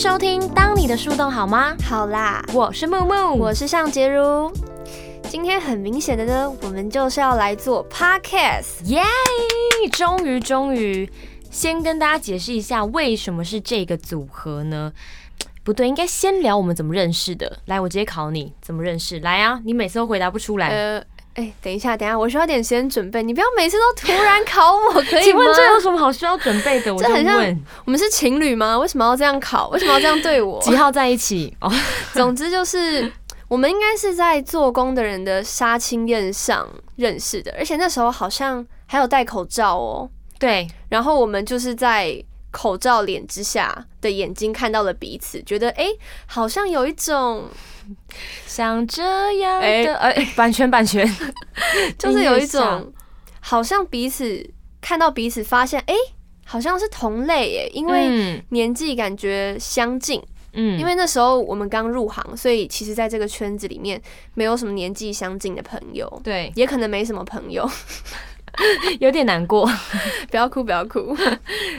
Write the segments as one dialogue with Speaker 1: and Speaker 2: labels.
Speaker 1: 收听《当你的树洞好吗》，
Speaker 2: 好啦，
Speaker 1: 我是木木，
Speaker 2: 我是尚杰如。今天很明显的呢，我们就是要来做 podcast。
Speaker 1: 耶！终于，终于，先跟大家解释一下为什么是这个组合呢？不对，应该先聊我们怎么认识的。来，我直接考你，怎么认识？来啊，你每次都回答不出来。
Speaker 2: 呃，哎、等一下，等一下，我需要点时间准备。你不要每次都突然考我，可以
Speaker 1: 请
Speaker 2: 吗？
Speaker 1: 问这有什么好需要准备 的？我
Speaker 2: 这
Speaker 1: 就
Speaker 2: 很像
Speaker 1: 问
Speaker 2: 我们是情侣吗？为什么要这样考？为什么要这样对 我？
Speaker 1: 几号在一起？哦，
Speaker 2: 总之就是，我们应该是在做工的人的杀青宴上认识的，而且那时候好像还有戴口罩哦。
Speaker 1: 对，
Speaker 2: 然后我们就是在口罩脸之下的眼睛看到了彼此，觉得哎、诶好像有一种
Speaker 1: 像这样
Speaker 2: 哎
Speaker 1: 的，哎，版权版权，
Speaker 2: 就是 有一
Speaker 1: 音乐下
Speaker 2: 种好像彼此看到彼此，发现哎、诶好像是同类耶，因为
Speaker 1: 嗯
Speaker 2: 年纪感觉相近。
Speaker 1: 嗯
Speaker 2: 因为那时候我们刚入行，所以其实在这个圈子里面没有什么年纪相近的朋友，
Speaker 1: 对，
Speaker 2: 也可能没什么朋友。
Speaker 1: 有点难过。
Speaker 2: 不要哭，不要哭。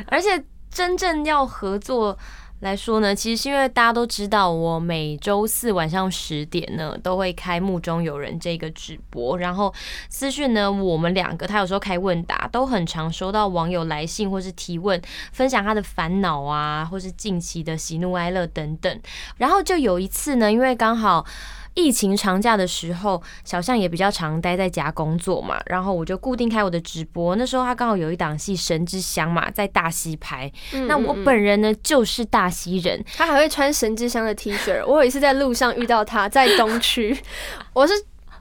Speaker 1: 而且真正要合作来说呢，其实是因为大家都知道，我每周四晚上十点呢都会开《目中有人》这个直播，然后私讯呢，我们两个他有时候开问答，都很常收到网友来信或是提问，分享他的烦恼啊，或是近期的喜怒哀乐等等。然后就有一次呢，因为刚好。疫情长假的时候，小象也比较常待在家工作嘛，然后我就固定开我的直播。那时候他刚好有一档戏《神之乡》嘛，在大溪拍。那我
Speaker 2: 嗯嗯嗯
Speaker 1: 本人呢，就是大溪人，
Speaker 2: 他还会穿神之乡的 T 恤。我有一次在路上遇到他，在 东区，我是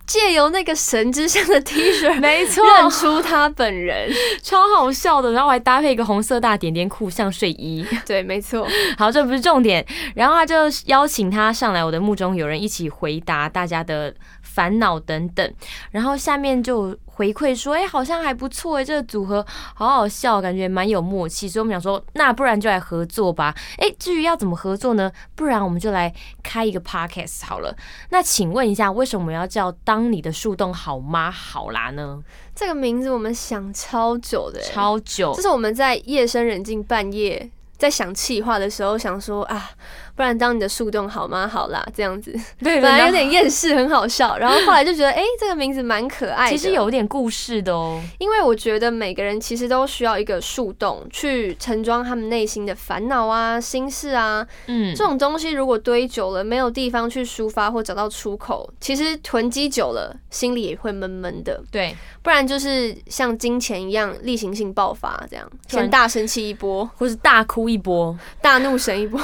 Speaker 2: 借由那个神之乡的 T 恤
Speaker 1: 没错
Speaker 2: 认出他本人。
Speaker 1: 超好笑的。然后我还搭配一个红色大点点裤，像睡衣。
Speaker 2: 对，没错，
Speaker 1: 好，这不是重点。然后他就邀请他上来我的目中有人一起回答大家的烦恼等等。然后下面就回馈说，哎、好像还不错哎、这个组合好好笑，感觉蛮有默契。所以我们想说，那不然就来合作吧。哎、至于要怎么合作呢？不然我们就来开一个 podcast 好了。那请问一下，为什么要叫“当你的树洞好吗”好啦呢？
Speaker 2: 这个名字我们想超久的、欸，
Speaker 1: 超久
Speaker 2: 这，是我们在夜深人静半夜。在想气话的时候，想说啊，不然当你的树洞好吗？好啦，这样子
Speaker 1: 对
Speaker 2: 本来有。点厌世，很好笑。然后后来就觉得，哎、这个名字蛮可爱
Speaker 1: 其
Speaker 2: 的。
Speaker 1: 实有点故事的哦，
Speaker 2: 因为我觉得每个人其实都需要一个树洞去盛装他们内心的烦恼啊、心事啊，
Speaker 1: 嗯
Speaker 2: 这，种东西如果堆久了，没有地方去抒发或找到出口，其实囤积久了，心里也会闷闷的。
Speaker 1: 对，
Speaker 2: 不然就是像金钱一样例行性爆发，这样
Speaker 1: 突然
Speaker 2: 先大生气一波，
Speaker 1: 或是大哭一波，
Speaker 2: 大怒神一波。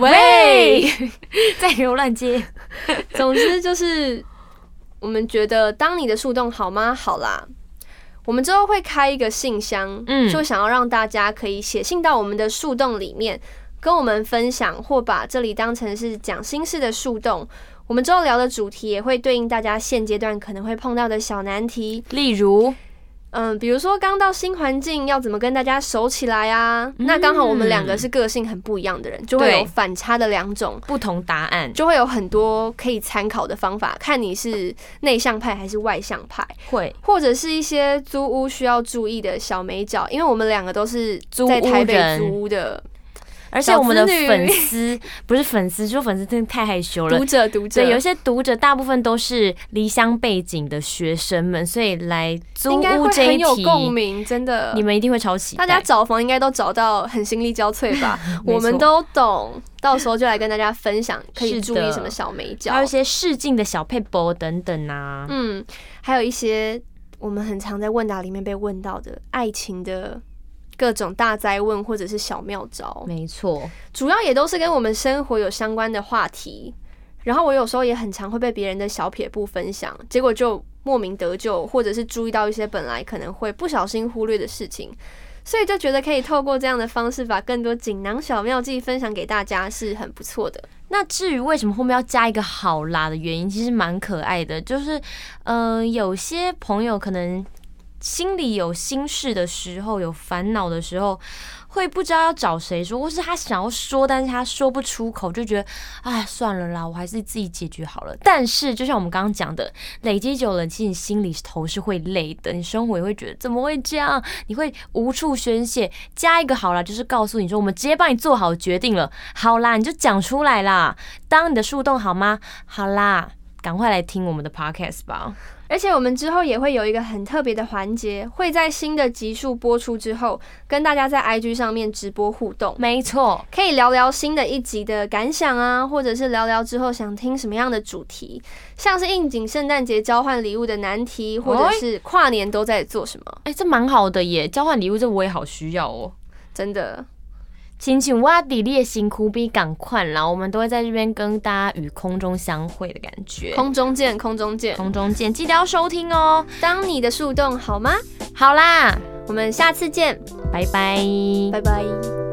Speaker 1: 喂， 再给我乱接。
Speaker 2: 总之就是，我们觉得当你的树洞好吗？好啦，我们之后会开一个信箱，
Speaker 1: 嗯
Speaker 2: 就想要让大家可以写信到我们的树洞里面，跟我们分享，或把这里当成是讲心事的树洞。我们之后聊的主题也会对应大家现阶段可能会碰到的小难题，
Speaker 1: 例如，
Speaker 2: 嗯，比如说刚到新环境要怎么跟大家熟起来啊？那刚好我们两个是个性很不一样的人，就会有
Speaker 1: 嗯对
Speaker 2: 反差的两种。
Speaker 1: 不同答案，
Speaker 2: 就会有很多可以参考的方法，看你是内向派还是外向派，
Speaker 1: 会
Speaker 2: 或者是一些租屋需要注意的小美角。因为我们两个都是
Speaker 1: 租
Speaker 2: 在
Speaker 1: 屋
Speaker 2: 台北
Speaker 1: 人
Speaker 2: 租屋的
Speaker 1: 而且我们的
Speaker 2: 小子女
Speaker 1: 粉丝不是粉丝，说粉丝真的太害羞了
Speaker 2: 读。者，读者
Speaker 1: 对，有一些读者大部分都是离乡背景的学生们，所以来租
Speaker 2: 应该
Speaker 1: 屋
Speaker 2: 会
Speaker 1: 这一
Speaker 2: 很有
Speaker 1: 题，
Speaker 2: 共鸣，真的
Speaker 1: 你。们一定会超期
Speaker 2: 大
Speaker 1: 待。？
Speaker 2: 家找房应该都找到很心力交瘁吧
Speaker 1: 没错
Speaker 2: 我们都懂，到时候就来跟大家分享可
Speaker 1: 是的
Speaker 2: 以注意什么小美角
Speaker 1: 还，有一些试镜的小配博等等啊，
Speaker 2: 嗯，还有一些我们很常在问答里面被问到的爱情的各种大灾问或者是小妙招。
Speaker 1: 没错，
Speaker 2: 主要也都是跟我们生活有相关的话题。然后我有时候也很常会被别人的小撇步分享，结果就莫名得救，或者是注意到一些本来可能会不小心忽略的事情，所以就觉得可以透过这样的方式，把更多锦囊小妙计分享给大家，是很不错的。
Speaker 1: 那至于为什么后面要加一个好呃啦的原因，其实蛮可爱的，就是，嗯、有些朋友可能心里有心事的时候，有烦恼的时候，会不知道要找谁说，或是他想要说，但是他说不出口，就觉得哎算了啦，我还是自己解决好了。但是就像我们刚刚讲的，累积久了，其实你心里头是会累的，你生活也会觉得怎么会这样，你会无处宣泄。加一个好啦，就是告诉你说，我们直接帮你做好决定了，好啦，你就讲出来啦，当你的树洞好吗？好啦，赶快来听我们的 podcast 吧。
Speaker 2: 而且我们之后也会有一个很特别的环节，会在新的集数播出之后，跟大家在 IG 上面直播互动，
Speaker 1: 没错，
Speaker 2: 可以聊聊新的一集的感想啊，或者是聊聊之后想听什么样的主题，像是应景圣诞节交换礼物的难题，或者是跨年都在做什么，
Speaker 1: 哎、这蛮好的耶，交换礼物这我也好需要哦。
Speaker 2: 真的。
Speaker 1: 请请挖底列辛苦比赶快啦，我们都会在这边跟大家与空中相会的感觉。
Speaker 2: 空中见，空中见。
Speaker 1: 空中见，记得要收听哦。
Speaker 2: 当你的树洞好吗？
Speaker 1: 好啦，
Speaker 2: 我们下次见，
Speaker 1: 拜拜。
Speaker 2: 拜拜。